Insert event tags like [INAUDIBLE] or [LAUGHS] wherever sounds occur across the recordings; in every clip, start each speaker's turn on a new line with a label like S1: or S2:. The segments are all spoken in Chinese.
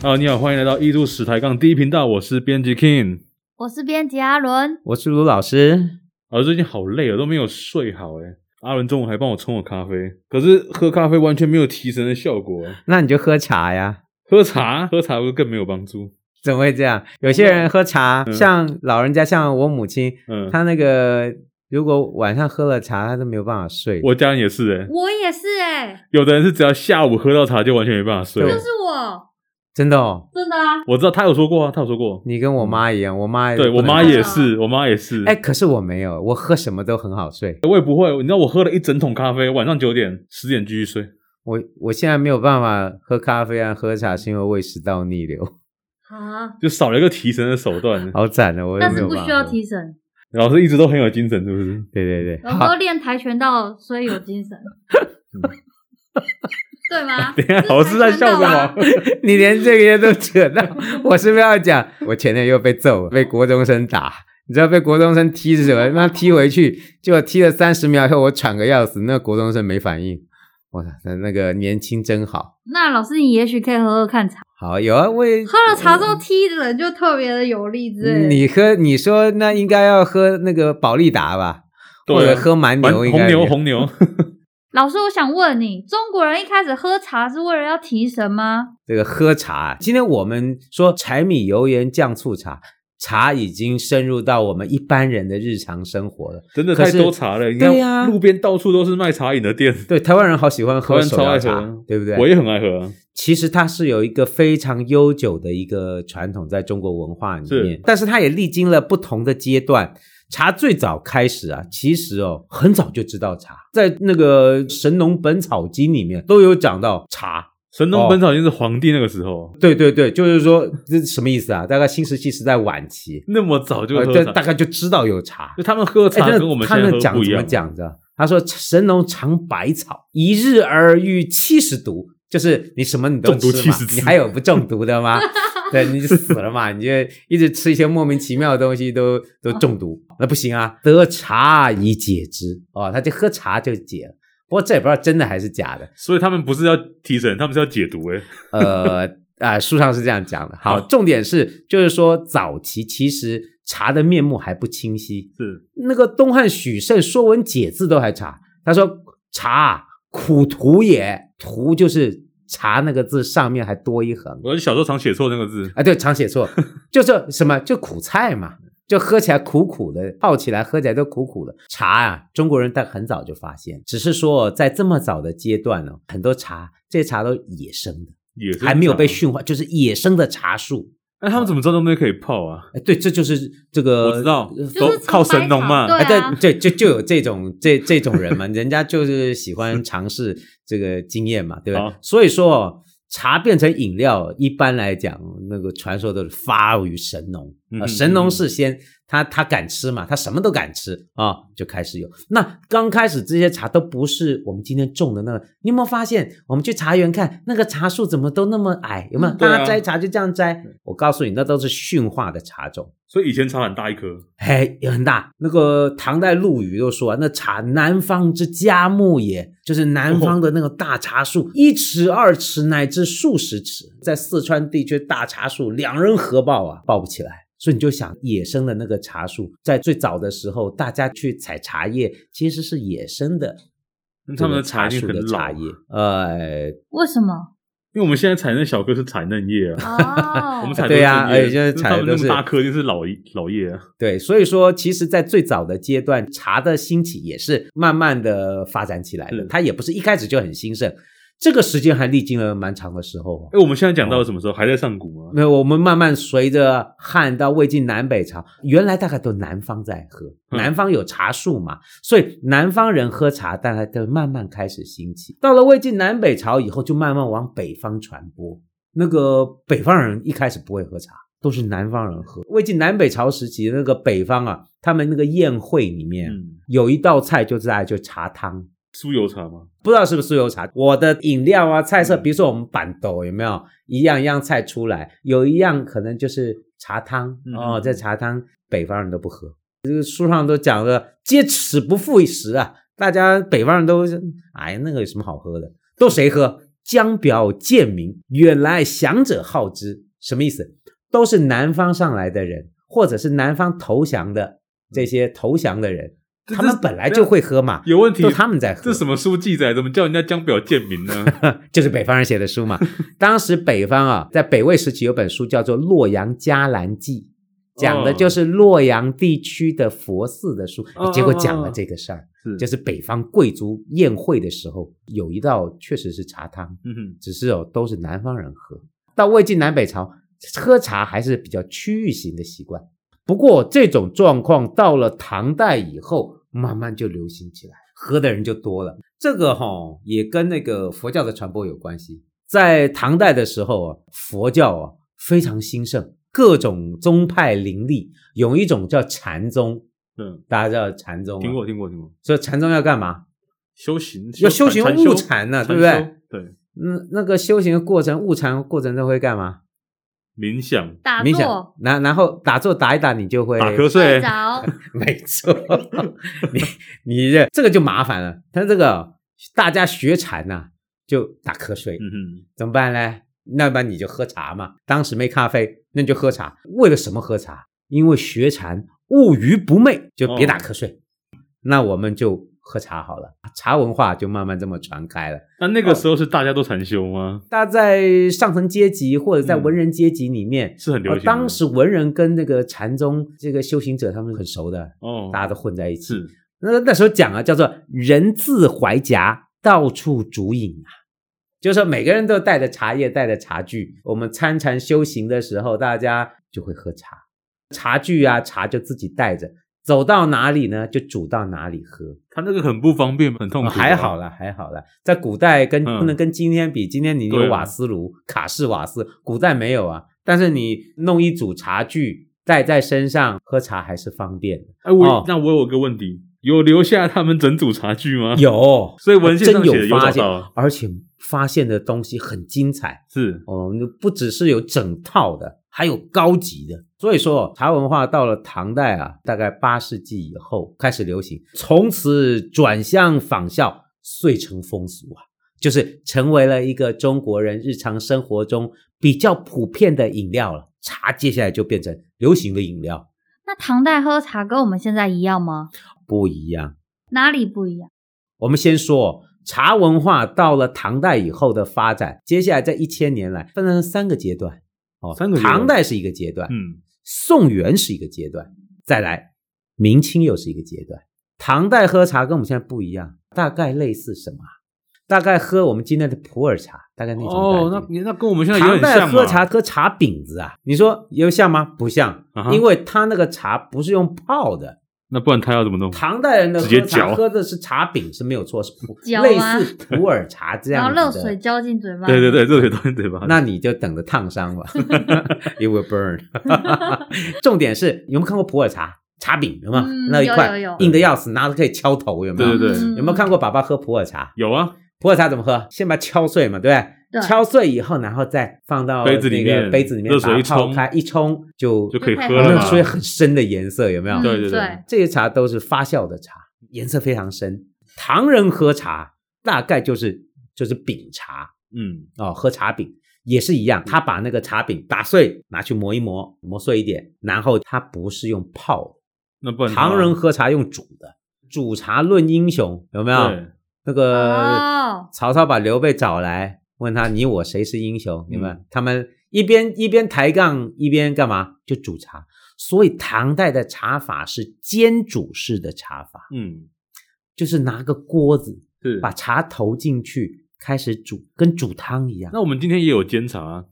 S1: Hello，你好，啊欢迎来到一度史抬杠第一频道，我是编辑 King。
S2: 我是编辑阿伦，
S3: 我是卢老师，
S1: 啊，最近好累哦，都没有睡好哎。阿伦中午还帮我冲我咖啡，可是喝咖啡完全没有提神的效果哎。
S3: 那你就喝茶呀？
S1: 喝茶，喝茶不是更没有帮助？
S3: 怎么会这样？有些人喝茶，
S1: 嗯
S3: 像老人家，像我母亲，
S1: 嗯，
S3: 她那个如果晚上喝了茶，她都没有办法睡。
S1: 我家人也是哎，
S2: [LAUGHS] 我也是哎、
S1: 有的人是只要下午喝到茶就完全没办法睡。
S3: 对
S2: 就是我，
S3: 真的哦，
S2: 真的啊，
S1: 我知道他有说过啊，他有说过。
S3: 你跟我妈一样，我妈
S1: 对
S3: 不
S1: 我
S3: 能
S1: 妈
S2: 喝
S1: 也
S2: 茶
S1: 是，我妈也是。
S3: 哎，可是我没有，我喝什么都很好睡。
S1: 我也不会，你知道我喝了一整桶咖啡，晚上九点、十点继续睡。
S3: 我我现在没有办法喝咖啡啊，喝茶是因为胃食道逆流， [LAUGHS]
S2: 啊，
S1: 就少了一个提神的手段。
S3: 好惨啊的，我也
S2: 但
S3: 没
S2: 是
S3: 有
S2: 不
S3: 办法。
S2: 需要提嗯神，
S1: 老师一直都很有精神，是不是？
S3: 对对对，
S2: 我都练跆拳道，所以有精神， [LAUGHS] 对吗？
S1: 嗯 [LAUGHS] 等一下，
S2: 是
S1: 老师在
S2: 跆拳
S1: 笑
S2: 道
S1: 什
S2: 啊
S1: 么？
S3: [LAUGHS] 你连这些都扯到，我是不是要讲？我前天又被揍了，被国中生打，你知道被国中生踢是什
S1: 嗯
S3: 么？妈踢回去，结果踢了三十秒以后，我喘个要死，那个国中生没反应。我操，那那个年轻真好，
S2: [LAUGHS] 那老师，你也许可以喝喝
S1: [LAUGHS]
S2: 看茶，
S3: 好有啊，我也
S2: 喝了茶之后踢的人就特别的有力之类的。
S3: 你喝，你说那应该要喝那个保利达吧，
S1: 对啊
S3: 或者喝蛮
S1: 蛮
S3: 牛，应
S1: 红
S3: 该
S1: 牛，红牛。
S2: 老师，我想问你，中国人一开始喝茶是为了要提神吗？
S3: 这个喝茶。今天我们说柴米油盐酱醋茶，茶已经深入到我们一般人的日常生活了。
S1: 真的
S3: 可
S1: 太
S3: 是
S1: 多茶了，你看
S3: 对啊呀
S1: 路边到处都是卖茶饮的店，
S3: 对，台湾人好喜
S1: 台
S3: 欢喝
S1: 湾
S3: 手
S1: 超爱
S3: 摇
S1: 喝
S3: 茶
S1: 啊，，
S3: 对不对？
S1: 我也很爱喝啊。
S3: 其实它是有一个非常悠久的一个传统在中国文化里面
S1: 是，
S3: 但是它也历经了不同的阶段。茶最早开始啊，其实哦，很早就知道茶，在那个《神农本草经》里面都有讲到茶。
S1: 神农
S3: 哦
S1: 本草经是皇帝那个时候，
S3: 对对对，就是说这是什么意思啊？大概新石器时代晚期，
S1: 那么早就
S3: 呃，
S1: 喝
S3: 这
S1: 茶
S3: 大，概就知道有茶。
S1: 就他们喝
S3: 哎，
S1: 茶
S3: 那
S1: 跟我们
S3: 他
S1: 现在喝
S3: 们讲
S1: 不一
S3: 怎么
S1: 样。
S3: 讲的？他说：“神农尝百草，一日而遇七十毒，就是你什么你都
S1: 中毒
S3: 吃嘛
S1: 70，次
S3: 你还有不中毒
S1: [LAUGHS]
S3: 的吗？对，你就死了嘛，你就一直吃一些莫名其妙的东西都都中毒，
S1: 哦
S3: 那不行啊！得茶以解之哦，他就喝茶就解了。不过这也不知道真的还是假的，
S1: 所以他们不是要提神，他们是要解毒。哎，
S3: 呃 [LAUGHS] 啊、书上是这样讲的。
S1: 好
S3: 好，重点是就是说早期其实茶的面目还不清晰，
S1: 是
S3: 那个东汉许慎《说文解字》都还查，他说茶苦图也，图就是茶那个字上面还多一横，
S1: 我小时候常写错那个字，
S3: 啊，对，常
S1: [LAUGHS]
S3: 写错，就是什么就苦菜嘛，就喝起来苦苦的，泡起来喝起来都苦苦的。茶啊，中国人在很早就发现，只是说在这么早的阶段呢、哦，很多茶这些茶都野生的，
S1: 也是
S3: 还没有被
S1: 这样。
S3: 驯化，就是野生的茶树。
S1: 那哎他们怎么知道那么可以泡啊？
S3: 哎，对，这就是这个，
S1: 我知道，
S2: 就
S1: 都
S2: 是
S1: 靠神农嘛。
S2: 对啊
S3: 哎，对对，就就有这种这这种人嘛，人家就是喜欢尝试这个经验嘛，对
S1: 好
S3: 吧？所以说哦，茶变成饮料，一般来讲，那个传说都是发于神农
S1: 嗯
S3: 啊、
S1: 哼
S3: 神农是先他他敢吃嘛，他什么都敢吃啊、就开始有。那刚开始这些茶都不是我们今天种的那个，你有没有发现？我们去茶园看那个茶树怎么都那么矮，有没有？
S1: 对啊
S3: 大家摘茶就这样摘，我告诉你，那都是驯化的茶种。
S1: 所以以前茶很大一颗，
S3: 哎，也很大。那个唐代陆羽都说啊，那茶南方之佳木也，就是
S1: 哦
S3: 南方的那个大茶树，一尺、二尺乃至数十尺，在四川地区大茶树，两人合抱啊，抱不起来。所以你就想，野生的那个茶树，在最早的时候，大家去采茶叶，其实是野生的
S1: 那
S3: 这
S1: 他
S3: 个。
S1: 们的茶
S3: 茶
S1: 一定
S3: 树
S1: 很
S3: 的
S1: 老
S3: 茶
S1: 啊。
S3: 叶，呃，
S2: 为
S1: [LAUGHS]
S2: 什么？
S1: 因为我们现在采那小颗是采嫩叶啊，，
S2: 哦
S1: 我们采
S3: 对
S1: 呀、
S3: 啊而且现在采的
S1: 他们那
S3: 都
S1: 么
S3: 是
S1: 大颗就是老叶老叶啊。
S3: 对，所以说，其实，在最早的阶段，茶的兴起也是慢慢的发展起来的
S1: 是，
S3: 它也不是一开始就很兴盛，这个时间还历经了蛮长的时候哦。
S1: 哎，我们现在讲到什么时候？还在上古吗？
S3: 没有，我们慢慢随着汉到魏晋南北朝，原来大概都南方在喝，
S1: 嗯
S3: 南方有茶树嘛，所以南方人喝茶，大概都慢慢开始兴起。到了魏晋南北朝以后，就慢慢往北方传播。那个北方人一开始不会喝茶，都是南方人喝。魏晋南北朝时期，那个北方啊，他们那个宴会里面、
S1: 嗯，
S3: 有一道菜就是大概就茶汤，
S1: 酥油茶吗？
S3: 不知道是不是酥油茶。我的饮料啊、菜
S1: 嗯
S3: 色，比如说我们板豆有没有一样一样菜出来，有一样可能就是茶汤、
S1: 嗯
S3: 哦，这茶汤北方人都不喝，这个书上都讲了，皆此不复食啊，大家北方人都哎那个有什么好喝的，都谁喝？江表贱民，远来降者好之。什么意思？都是南方上来的人，或者是南方投降的这些投降的人，
S1: 这
S3: 他们
S1: 这
S3: 本来就会喝嘛，
S1: 有问题
S3: 都他们在喝。
S1: 这什么书记载？怎么叫人家江表贱民
S3: [LAUGHS]
S1: 呢？
S3: 就是北方人写的书
S1: [LAUGHS]
S3: 嘛。当时北方啊，在北魏时期有本书叫做《洛阳伽蓝记》，讲的就是洛阳地区的佛寺的书，
S1: 哦
S3: 结果讲了这个事儿，
S1: 是
S3: 就是北方贵族宴会的时候有一道确实是茶汤，
S1: 嗯哼，
S3: 只是哦都是南方人喝。到魏晋南北朝，喝茶还是比较区域型的习惯。不过这种状况到了唐代以后，慢慢就流行起来，喝的人就多了。这个哈、也跟那个佛教的传播有关系。在唐代的时候啊，佛教啊非常兴盛，各种宗派林立，有一种叫禅宗，
S1: 嗯，
S3: 大家知道禅宗、
S1: 听。过听过听过，
S3: 所以禅宗要干嘛？
S1: 修行
S3: 要修行
S1: 禅
S3: 悟禅呢、对不？
S1: 禅
S3: 对？
S1: 修对，
S3: 那那个修行的过程，悟禅过程中会干嘛？
S1: 冥想、
S2: 打
S3: 冥想
S2: 坐、，
S3: 然然后打坐打一打，你就会
S1: 打瞌
S2: 睡
S1: 睡，
S2: 着，
S3: 没错， [LAUGHS] 你你这这个就麻烦了。他这个大家学禅呐、就打瞌睡，
S1: 嗯哼，
S3: 怎么办呢？那么你就喝茶嘛。当时没咖啡，那你就喝茶。为了什么喝茶？因为学禅物于不寐，就
S1: 哦
S3: 别打瞌睡。那我们就喝茶好了，茶文化就慢慢这么传开了。
S1: 那那个时候是大家都禅修吗？
S3: 大家在上层阶级或者在
S1: 嗯
S3: 文人阶级里面，
S1: 是很流
S3: 呃
S1: 行的。
S3: 当时文人跟那个禅宗这个修行者他们很熟的，
S1: 哦，
S3: 大家都混在一起。
S1: 是
S3: 那那时候讲啊，叫做“人自怀夹，到处逐饮”啊，就是说每个人都带着茶叶，带着茶具。我们参禅修行的时候，大家就会喝茶，茶具啊，茶就自己带着，走到哪里呢，就煮到哪里喝。
S1: 他那个很不方便，很痛苦、啊
S3: 哦还好，啦，还好啦，在古代跟、
S1: 嗯
S3: 不能跟今天比，今天你
S1: 对
S3: 有
S1: 啊
S3: 瓦斯炉、卡式瓦斯，古代没有啊。但是你弄一组茶具带在身上喝茶还是方便
S1: [LAUGHS]
S3: 的。
S1: 哎，我、
S3: 哦
S1: 那我有个问题，有留下他们整组茶具吗？，
S3: 有，
S1: 所以文献上
S3: 真有
S1: 写的
S3: 发
S1: 找
S3: 现
S1: 到，
S3: 而且发现的东西很精彩
S1: 是
S3: 哦，不只是有整套的，还有高级的。所以说，哦茶文化到了唐代啊，大概八世纪以后开始流行，从此转向仿效，遂成风俗啊，就是成为了一个中国人日常生活中比较普遍的饮料了。茶接下来就变成流行的饮料，
S2: 那唐代喝茶跟我们现在一样吗？
S3: 不一样。
S2: 哪里不一样？
S3: 我们先说哦茶文化到了唐代以后的发展，接下来这一千年来分成三个阶段。哦，
S1: 三个阶段
S3: 唐代是一个阶段，
S1: 嗯，
S3: 宋元是一个阶段，再来明清又是一个阶段。唐代喝茶跟我们现在不一样，大概类似什么啊？大概喝我们今天的普洱茶，大概那种
S1: 哦，
S3: 感觉。
S1: 那那跟我们现在有
S3: 嗯唐
S1: 点
S3: 代
S1: 像
S3: 喝
S1: 嘛
S3: 茶喝茶饼子啊，你说有像吗？不像
S1: 啊哈，
S3: 因为他那个茶不是用泡的，
S1: 那不然他要怎么弄？
S3: 唐代人的喝
S1: 直接
S3: 茶
S1: 嚼
S3: 喝的是茶饼是没有错，是普
S2: 嚼啊
S3: 类似普洱茶这
S2: 然后
S3: 样
S2: 热
S3: 子
S2: 水
S3: 的。
S2: 浇进嘴巴，
S1: 对对，对，热水倒进嘴巴里。
S3: 那你就等着烫
S1: [LAUGHS]
S3: 伤吧 [LAUGHS] ，it will burn 。 [LAUGHS] 重点是，有没有看过普洱茶茶饼？有没有、
S2: 嗯
S3: 那一
S2: 有有
S3: 块
S2: 有
S3: 硬的要死，拿着可以敲头？有没有？
S1: 对对对
S2: 嗯
S3: 有没有看过爸爸喝普洱茶？
S1: 有啊，
S3: 普洱茶怎么喝？先把它敲碎嘛，对不对？
S2: 对
S3: 敲碎以后，然后再放到
S1: 杯子里面
S3: 那个杯子里面
S1: 热水
S3: 把它
S1: 一冲
S3: 泡开，一冲就
S1: 就可以
S2: 就可以
S1: 喝
S2: 喝
S1: 了
S3: 那
S1: 嘛。
S2: 了
S3: 出现很深的颜色，有没有？
S2: 嗯
S1: 对对对
S3: 这些茶都是发酵的茶，颜色非常深。唐人喝茶大概就是就是饼茶
S1: 嗯，
S3: 哦，喝茶饼也是一样，他把那个茶饼打碎，拿去磨一磨，磨碎一点，然后他不是用泡
S1: 那不
S3: 的，
S1: 然
S3: 唐人喝茶用煮的，煮茶论英雄，有没有？
S1: 对，嗯
S3: 那个
S2: 哦，
S3: 曹操把刘备找来，问他你我谁是英雄？你们、他们一边一边抬杠，一边干嘛？就煮茶。所以唐代的茶法是煎煮式的茶法。
S1: 嗯，
S3: 就是拿个锅子
S1: 是。
S3: 把茶投进去，开始煮，跟煮汤一样。
S1: 那我们今天也有煎茶啊，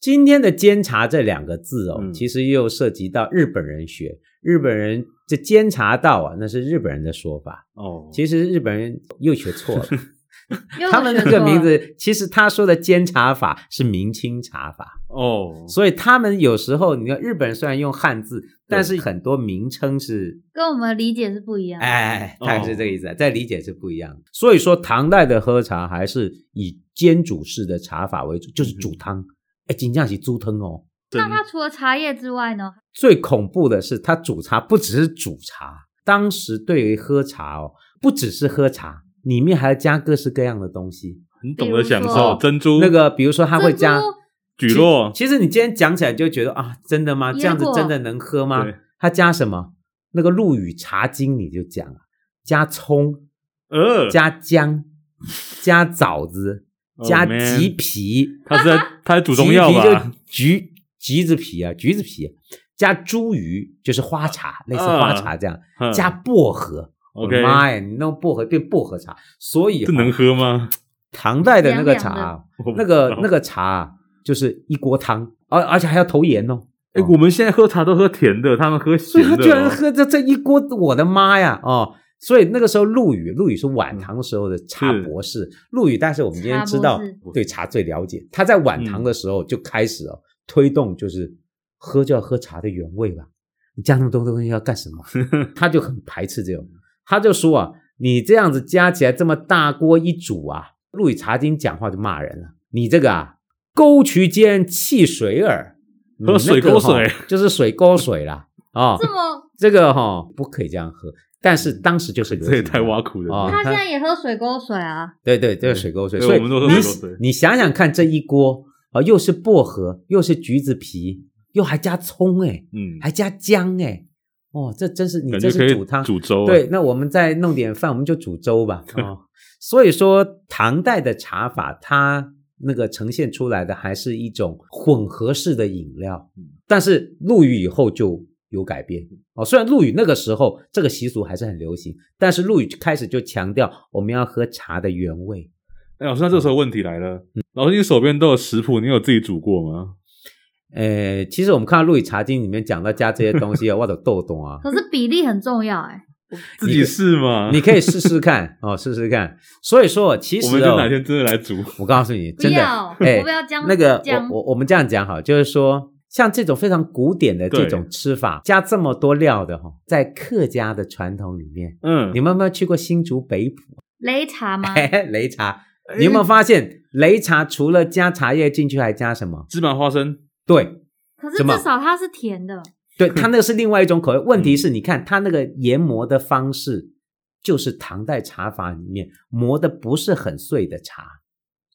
S3: 今天的煎茶这两个字哦，
S1: 嗯
S3: 其实又涉及到日本人学，日本人这煎茶道啊，那是日本人的说法，
S1: 哦，
S3: 其实日本人又学
S1: [LAUGHS]
S3: 错了。
S2: 因为我
S3: 他们
S2: 学
S3: 那个
S2: 过
S3: 名字，其实他说的煎茶法是明清茶法，
S1: 哦，
S3: 所以他们有时候你看日本人虽然用汉字，但是很多名称是
S2: 跟我们理解是不一样的。
S3: 哎，大概是这个意
S1: 哦
S3: 思，在理解是不一样的。所以说，唐代的喝茶还是以煎煮式的茶法为主，就是
S1: 嗯
S3: 煮汤。哎，金酱是猪汤哦。
S2: 那它除了茶叶之外呢？
S3: 最恐怖的是，它煮茶不只是煮茶，当时对于喝茶哦，不只是喝茶，里面还要加各式各样的东西，
S1: 你懂得享受
S3: 比如说
S1: 珍珠
S3: 那个比如说它会加
S2: 珍珠
S1: 举落，
S3: 其实你今天讲起来就觉得啊，真的吗？
S2: 椰
S3: 这样子
S2: 果
S3: 真的能喝吗
S1: 对？
S3: 它加什么？那个陆羽茶经你就讲啊，加葱、
S1: 呃，
S3: 加姜、加枣子、
S1: Oh,
S3: 加
S1: man
S3: 橘皮，
S1: 他
S3: [LAUGHS]
S1: 是在他在煮中药
S3: 橘皮
S1: 吧
S3: 就？橘橘子皮啊，橘子皮、加茱萸就是花茶，类似
S1: 啊
S3: 花茶这样，
S1: 哼
S3: 加薄荷。我
S1: 嗯
S3: 的
S1: OK
S3: 妈呀，你弄薄荷变薄荷茶，所以啊
S1: 这能喝吗？哦
S3: 唐代的那个
S2: 凉凉
S3: 茶，
S1: 我不 [LAUGHS]
S3: [LAUGHS] 那
S1: 知
S3: 个
S1: 道
S3: 那个茶啊就是一锅汤，而而且还要投盐哦。
S1: 哎，我们现在喝茶都喝甜的，他们喝
S3: 所
S1: 咸
S3: 以
S1: 的哦，
S3: 他 [LAUGHS] 居然喝这这一锅，我的妈呀！哦，所以那个时候陆羽，陆羽是
S1: 嗯
S3: 晚唐时候的茶博士。陆羽，但是我们今天知道
S2: 茶博
S3: 对茶最了解，他在晚
S1: 嗯
S3: 唐的时候就开始哦、推动，就是喝就要喝茶的原味吧，你加那么多东西要干什么？
S1: [LAUGHS]
S3: 他就很排斥这种，他就说啊，你这样子加起来这么大锅一煮啊，陆羽茶经讲话就骂人了，你这个啊，沟渠间泣水耳，你
S1: 喝水
S3: 那个
S1: 沟
S3: 哈
S1: 水
S3: 就是水沟水啦。哦，
S2: 这么嗯
S3: 这个哈、不可以这样喝，但是当时就是流行
S1: 这也太
S3: 的
S1: 挖苦人
S3: 哦
S1: 了。
S2: 他
S3: 他
S2: 现在也喝水沟水啊，
S3: 对对，这个水沟水，
S1: 对
S3: 所以
S1: 我们都喝
S3: 你
S1: 水沟水
S3: 你想想看，这一锅啊、呃又是薄荷，又是橘子皮，又还加葱哎，
S1: 嗯，
S3: 还加姜哎，哦，这真是你
S1: 感
S3: 这
S1: 觉可
S3: 是
S1: 以
S3: 煮汤，
S1: 煮粥啊。
S3: 对，那我们再弄点饭，我们就煮
S1: [LAUGHS]
S3: 粥吧。哦，所以说唐代的茶法，它那个呈现出来的还是一种混合式的饮料
S1: 嗯，
S3: 但是陆羽以后就有改变哦。虽然陆羽那个时候这个习俗还是很流行，但是陆羽开始就强调我们要喝茶的原味。
S1: 哎，老师，那这时候问题来了，
S3: 嗯
S1: 老师，你手边都有食谱，你有自己煮过吗？
S3: 呃，其实我们看到《陆羽茶经》里面讲到加这些东西啊，我都
S1: [LAUGHS]
S3: 豆懂啊，
S2: 可是比例很重要哎、
S1: 自己试吗？
S3: 你可以试试看哦，试试看。所以说，其实
S1: 我们
S3: 哦
S1: 就哪天真的来煮。
S3: [LAUGHS] 我告诉你，
S2: 不
S3: [LAUGHS] 真的，
S2: 要，
S3: 哎
S2: 我不要姜
S3: 那个
S2: 姜
S3: 我我我们这样讲好，就是说像这种非常古典的这
S1: 对
S3: 种吃法，加这么多料的哈，在客家的传统里面，
S1: 嗯
S3: 你，们有没有去过新竹北 [LAUGHS] 埔？
S2: 擂茶吗？
S3: 嘿嘿，擂茶，你有没有
S1: 哎
S3: 发现擂茶除了加茶叶进去，还加什么？
S1: 芝麻花生？
S3: 对。
S2: 可是
S3: 什么
S2: 至少它是甜的，
S3: 对，
S1: 嗯
S3: 它那个是另外一种口味。问题是，你看它那个研磨的方式，就是唐代茶法里面磨的不是很碎的茶，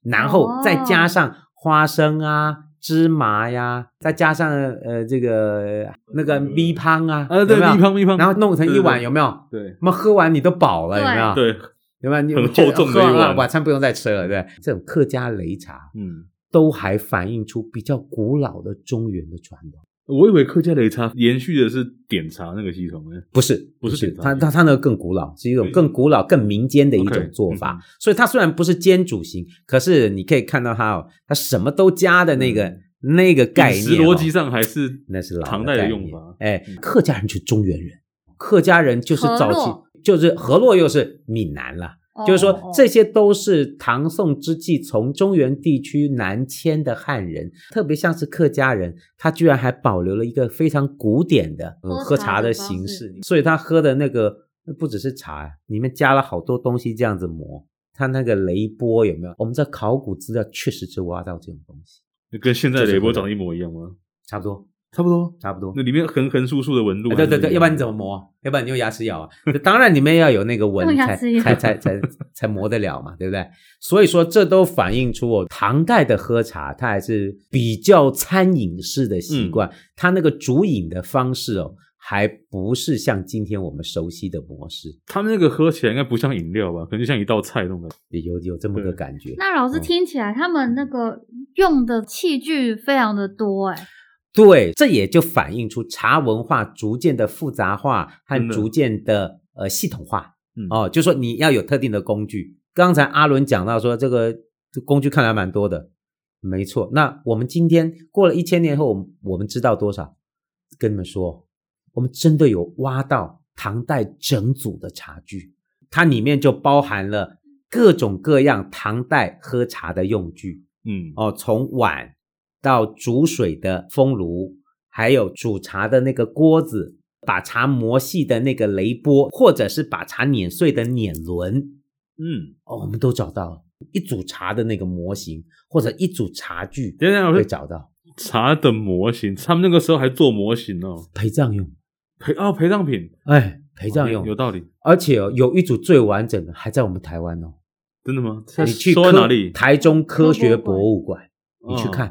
S3: 然后再加上花生啊、芝麻呀，再加上呃这个那个米汤啊，
S1: 嗯啊，对，
S3: 有没有
S1: 蜜胖蜜胖，
S3: 然后弄成一碗，有没有？
S1: 对
S3: 那么喝完你都饱了，有没有？，
S1: 对，
S3: 有没有？你
S1: 很
S3: 觉得
S1: 厚重的
S3: 喝完啊
S1: 一碗
S3: 晚餐不用再吃了，对。这种客家擂茶
S1: 嗯，
S3: 都还反映出比较古老的中原的传统。
S1: 我以为客家擂茶延续的是点茶那个系统呢。
S3: 不是，
S1: 不是点
S3: 它
S1: 餐
S3: 它它那个更古老，是一种
S1: 对
S3: 更古老、更民间的一种
S1: OK，嗯
S3: 做法。所以它虽然不是煎煮型，可是你可以看到它哦，它什么都加的那个、那个概
S1: 饮食
S3: 念、
S1: 嗯
S3: 哦，
S1: 逻辑上还是
S3: 那是老
S1: 唐代的
S3: 概
S1: 用
S3: 念
S1: 法嗯
S3: 哎，客家人就是中原人，客家人就是早
S2: 河
S3: 期就是河洛又是闽南了。
S2: 哦
S3: 就是说
S2: 哦，
S3: 这些都是唐宋之际从中原地区南迁的汉人，特别像是客家人，他居然还保留了一个非常古典的、呃喝
S2: 喝
S3: 茶
S2: 茶
S3: 的
S2: 的
S3: 形式，所以他喝的那个呃不只是茶，啊里面加了好多东西，这样子磨。他那个雷波有没有？我们在考古资料确实是挖到这种东西，
S1: 跟现在的雷波长得一模一样吗？
S3: 差不多，
S1: 差不多，
S3: 差不多。
S1: 那里面横横竖竖的纹路
S3: 哎
S1: 还是
S3: 对
S1: 一样。
S3: 对对，要不然你怎么磨？要不然你用牙齿咬啊？ [LAUGHS] 当然你们要有那个纹
S2: 用牙
S3: 才
S2: 齿咬
S3: 才才才才磨得了嘛，对不对？所以说这都反映出哦，唐代的喝茶，它还是比较餐饮式的习惯，
S1: 嗯
S3: 它那个煮饮的方式哦，还不是像今天我们熟悉的模式，
S1: 他们那个喝起来应该不像饮料吧？可能就像一道菜那种感觉。
S3: 有有这么个
S1: 对
S3: 感觉。
S2: 那老师
S3: 嗯
S2: 听起来，他们那个用的器具非常的多哎、 [LAUGHS]
S3: 对，这也就反映出茶文化逐渐的复杂化和
S1: 真的
S3: 逐渐的呃系统化。
S1: 嗯
S3: 哦，就说你要有特定的工具。刚才阿伦讲到说，这个这工具看来蛮多的，没错。那我们今天过了一千年后，我们我们知道多少？跟你们说，我们真的有挖到唐代整组的茶具，它里面就包含了各种各样唐代喝茶的用具。
S1: 嗯，
S3: 哦，从碗到煮水的风炉，还有煮茶的那个锅子，把茶磨细的那个雷钵，或者是把茶碾碎的碾轮，
S1: 嗯，
S3: 哦，我们都找到了一组茶的那个模型，或者一组茶具
S1: 等一下，我
S3: 会
S1: 是
S3: 找到
S1: 茶的模型，他们那个时候还做模型哦，
S3: 陪葬用，
S1: 陪哦陪葬品，
S3: 哎，陪葬用哦
S1: 有，道理，
S3: 而且、哦、有一组最完整的还在我们台湾哦，
S1: 真的吗？
S3: 你去
S1: 收在
S3: 科
S1: 哪里？
S3: 台中科学
S2: 科
S3: 博
S2: 博
S3: 物馆，你去
S1: 哦
S3: 看，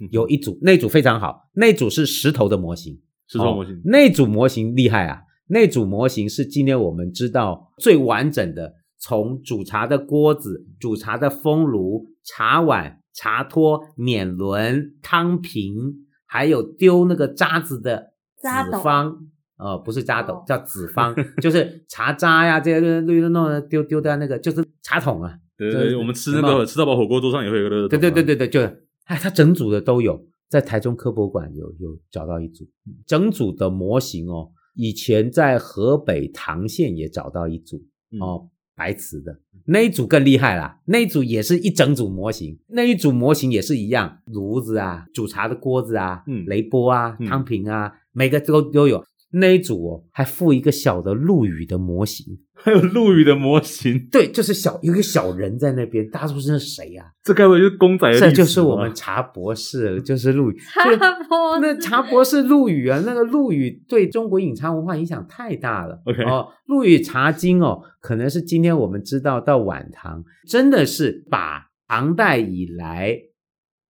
S1: 嗯
S3: 有一组，那组非常好，那组是石头的模型，
S1: 石头模型
S3: 哦，那组模型厉害啊！那组模型是今天我们知道最完整的，从煮茶的锅子、煮茶的风炉、茶碗、茶托、碾轮、汤瓶，还有丢那个渣子的
S2: 渣斗
S3: 子方，呃，不是渣斗
S2: 哦， [LAUGHS]
S3: 叫子方，就是茶渣呀、这些绿绿弄的丢丢在那个，就是茶桶啊。
S1: 对对对，
S3: 这
S1: 我们吃
S3: 什
S1: 那
S3: 么
S1: 个吃到饱火锅桌上也会有一个垃圾桶
S3: 对对对
S1: 啊，
S3: 对对，就哎，它整组的都有，在台中科博馆有有找到一组整组的模型哦。以前在河北唐县也找到一组
S1: 嗯
S3: 哦，白瓷的那一组更厉害啦，那一组也是一整组模型，那一组模型也是一样，炉子啊、煮茶的锅子啊、
S1: 嗯
S3: 雷波啊、
S1: 嗯
S3: 汤瓶啊，每个都都有。那一组哦，还附一个小的陆羽的模型，
S1: 还有陆羽的模型，
S3: 对，就是小有一个小人在那边，大家都不知道是谁啊呀、
S1: [LAUGHS] 这该不会就是公仔的
S3: 这
S1: 历
S3: 就
S1: 史
S3: 是我
S1: 吧
S3: 们茶博士，就是 [LAUGHS] 陆羽。这个
S2: 差不多
S3: 那茶博士陆羽啊，那个陆羽对中国饮茶文化影响太大了。
S1: OK
S3: 哦，陆羽茶经哦，可能是今天我们知道到晚唐，真的是把唐代以来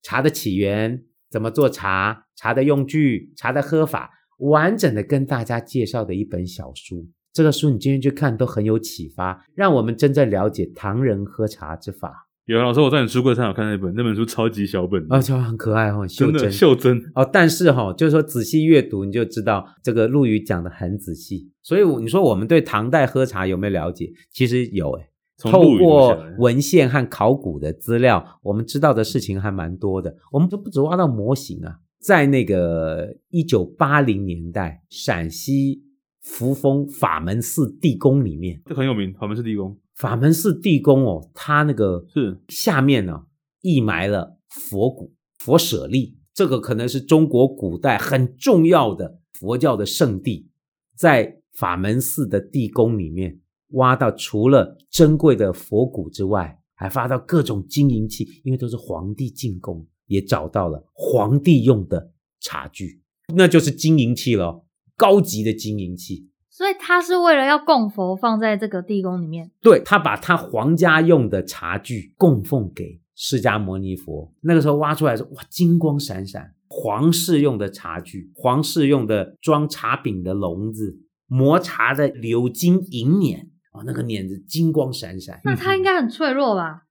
S3: 茶的起源、怎么做茶、茶的用具、茶的喝法，完整的跟大家介绍的一本小书。这个书你今天去看都很有启发，让我们真正了解唐人喝茶之法。
S1: 有啊老师，我在你书柜上有看那本，那本书超级小本的，
S3: 而且很可爱哦，很
S1: 嗯
S3: 袖
S1: 真
S3: 珍
S1: 的袖珍，
S3: 哦，但是哈、就是说仔细阅读你就知道这个陆羽讲的很仔细，所以我你说我们对唐代喝茶有没有了解？其实有诶，
S1: 从
S3: 透
S1: 陆羽留
S3: 过
S1: 下来
S3: 文献和考古的资料，我们知道的事情还蛮多的。我们都不只挖到模型啊，在那个一九八零年代，陕西扶风法门寺地宫里面，
S1: 这很有名，法门寺地宫
S3: 法门寺地宫哦，它那个
S1: 是
S3: 下面呢、溢埋了佛骨、佛舍利，这个可能是中国古代很重要的佛教的圣地，在法门寺的地宫里面挖到除了珍贵的佛骨之外，还发到各种金银器，因为都是皇帝进宫，也找到了皇帝用的茶具，那就是金银器咯，高级的金银器。
S2: 所以他是为了要供佛放在这个地宫里面，
S3: 对他把他皇家用的茶具供奉给释迦牟尼佛。那个时候挖出来说，哇，金光闪闪，皇室用的茶具，皇室用的装茶饼的笼子，磨茶的鎏金银碾，哦，那个碾子金光闪闪。
S2: 那它应该很脆弱吧？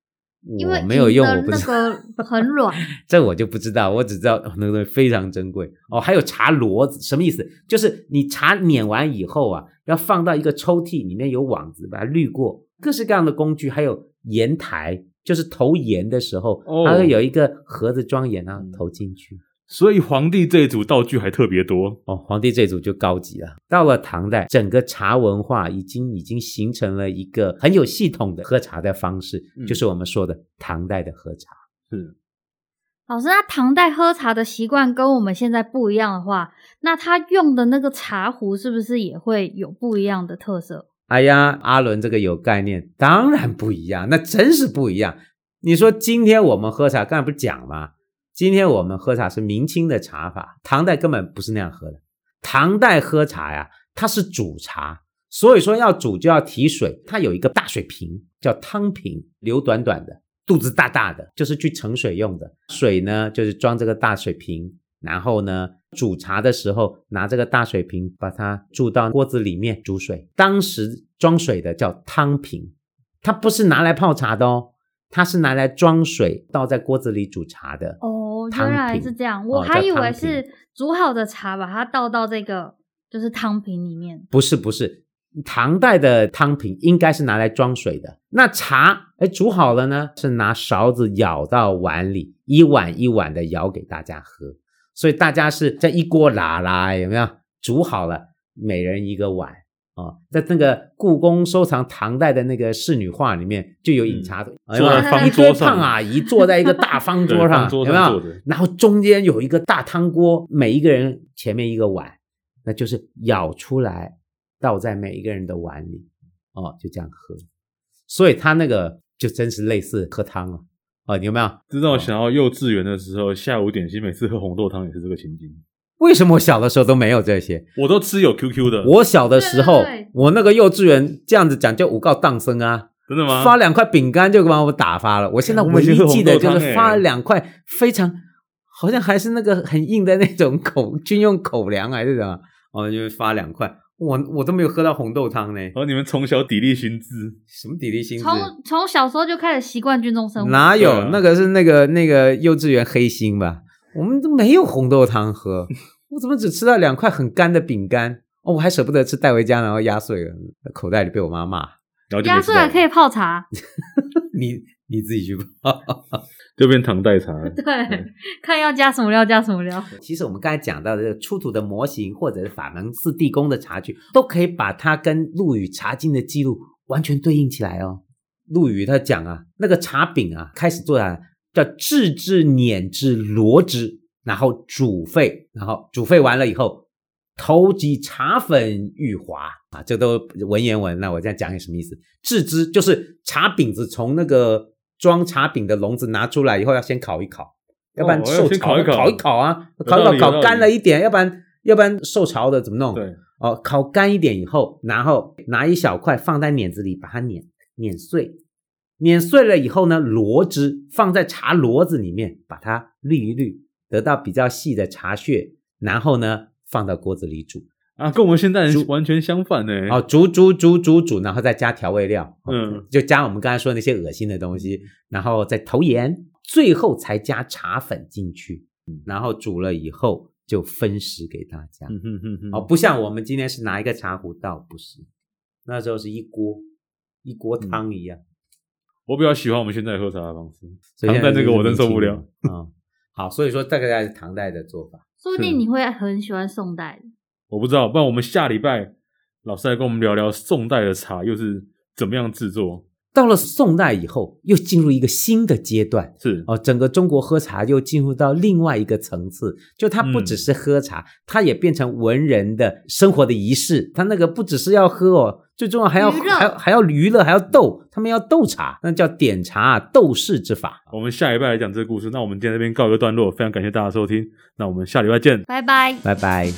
S2: 因为
S3: 我没有用，我
S2: 银
S3: 不
S2: 的
S3: 知
S2: 那
S3: 道，
S2: [LAUGHS] 个很软，
S3: 这我就不知道，我只知道、哦、那个东西非常珍贵哦。还有茶骡子，什么意思？就是你茶碾完以后啊，要放到一个抽屉里面有网子把它滤过，各式各样的工具，还有盐台，就是投盐的时候，
S1: 哦
S3: 它会有一个盒子装盐，然后
S1: 嗯
S3: 投进去。
S1: 所以皇帝这一组道具还特别多，
S3: 哦，皇帝这组就高级了。到了唐代，整个茶文化已经已经形成了一个很有系统的喝茶的方式，
S1: 嗯
S3: 就是我们说的唐代的喝茶。
S1: 是
S2: 老师，那唐代喝茶的习惯跟我们现在不一样的话，那他用的那个茶壶是不是也会有不一样的特色？
S3: 哎呀，阿伦这个有概念，当然不一样，那真是不一样。你说今天我们喝茶，刚才不是讲吗？今天我们喝茶是明清的茶法，唐代根本不是那样喝的。唐代喝茶呀，它是煮茶，所以说要煮就要提水，它有一个大水瓶叫汤瓶，留短短的，肚子大大的，就是去盛水用的。水呢，就是装这个大水瓶，然后呢，煮茶的时候拿这个大水瓶把它注到锅子里面煮水。当时装水的叫汤瓶，它不是拿来泡茶的哦，它是拿来装水倒在锅子里煮茶的。
S2: 哦，
S3: 汤
S2: 原来
S3: 品
S2: 是这样，我
S3: 哦
S2: 还
S3: 叫
S2: 以为
S3: 汤
S2: 是煮好的茶把它倒到这个就是汤瓶里面。
S3: 不是不是，唐代的汤瓶应该是拿来装水的。那茶，哎，煮好了呢，是拿勺子舀到碗里，一碗一碗的舀给大家喝。所以大家是这一锅拉拉，有没有？煮好了，每人一个碗。哦，在那个故宫收藏唐代的那个仕女画里面，就有饮茶的，哎呦
S1: 嗯坐在
S2: 方
S3: 一堆
S1: 桌上
S3: 胖啊阿姨坐在一个大方桌
S1: 对
S3: 上，
S1: 方桌
S3: 有
S1: 上
S3: 没有？
S1: 坐着
S3: 然后中间有一个大汤锅，每一个人前面一个碗，那就是舀出来倒在每一个人的碗里，哦，就这样喝。所以他那个就真是类似喝汤了，哦，你有没有？
S1: 这让我想到幼稚园的时候，下午点心每次喝红豆汤也是这个情景，
S3: 为什么我小的时候都没有这些？
S1: 我都吃有 QQ 的，
S3: 我小的时候
S2: 对对对，
S3: 我那个幼稚园这样子讲叫五告荡生啊，
S1: 真的吗？
S3: 发两块饼干就把我打发了。我现在
S1: 我们
S3: 唯
S1: 已经
S3: 一
S1: 是
S3: 记得就
S1: 红豆汤
S3: 是
S1: 哎
S3: 发了两块非常，好像还是那个很硬的那种口军用口粮还是什么，哦，就发两块。我我都没有喝到红豆汤呢，
S1: 然后你们从小砥砺心智，
S3: 什么砥砺心智？
S2: 从从小时候就开始习惯军中生活，
S3: 哪
S1: 对啊
S3: 有那个是那个那个幼稚园黑心吧？我们都没有红豆汤 [LAUGHS] 喝，我怎么只吃到两块很干的饼干？哦，我还舍不得吃，带回家然后压碎了，口袋里被我妈骂。
S1: 然后就
S2: 压
S1: 没吃
S2: 岁
S1: 到
S2: 还
S1: 了
S2: 啊可以泡 [LAUGHS] 茶，
S3: [LAUGHS] 你你自己去吧。
S1: 就变唐代茶了。
S2: 对，看要加什么料加什么料。
S3: 其实我们刚才讲到的这个出土的模型，或者是法门寺地宫的茶具，都可以把它跟陆羽《茶经》的记录完全对应起来哦。陆羽他讲啊，那个茶饼啊，开始做啊，叫炙至碾至罗之，然后煮沸，然后煮沸完了以后，投及茶粉玉滑啊，这都文言文。那我这样讲有什么意思？制之就是茶饼子从那个装茶饼的笼子拿出来以后，要先烤一烤，要不然
S1: 哦要
S3: 受
S1: 先
S3: 潮
S1: 烤一烤
S3: 烤一烤啊，
S1: 有
S3: 烤
S1: 道理
S3: 一烤
S1: 有道
S3: 烤
S1: 理
S3: 干了一点，要不然要不然受潮的怎么弄？
S1: 对，
S3: 哦，烤干一点以后，然后拿一小块放在碾子里，把它碾碾碎，碾碎了以后呢，罗汁放在茶箩子里面，把它滤一滤，得到比较细的茶屑，然后呢放到锅子里煮，
S1: 啊，跟我们现代人完全相反呢、
S3: 哦，煮煮煮煮煮，然后再加调味料，哦
S1: 嗯，
S3: 就加我们刚才说的那些恶心的东西，然后再投盐，最后才加茶粉进去，嗯然后煮了以后就分食给大家。
S1: 嗯哼哼哼，
S3: 哦，不像我们今天是拿一个茶壶倒，不是，那时候是一锅一锅
S1: 嗯
S3: 汤一样。
S1: 我比较喜欢我们现在喝茶的方式。
S3: 所以现
S1: 唐代那个我真受不了
S3: 啊、嗯好，所以说大概是唐代的做法。
S2: 说不定你会很喜欢宋代的，
S1: 我不知道，不然我们下礼拜老师来跟我们聊聊宋代的茶又是怎么样制作。
S3: 到了宋代以后，又进入一个新的阶段
S1: 是，
S3: 哦，整个中国喝茶又进入到另外一个层次，就它不
S1: 嗯
S3: 只是喝茶，它也变成文人的生活的仪式。它那个不只是要喝哦，最重要还要
S2: 娱乐
S3: 还要还要娱乐，还要斗，他们要斗茶，那叫点茶斗士之法。
S1: 我们下礼拜来讲这个故事。那我们今天这边告一个段落，非常感谢大家收听，那我们下礼拜见。
S2: 拜拜。
S3: 拜拜。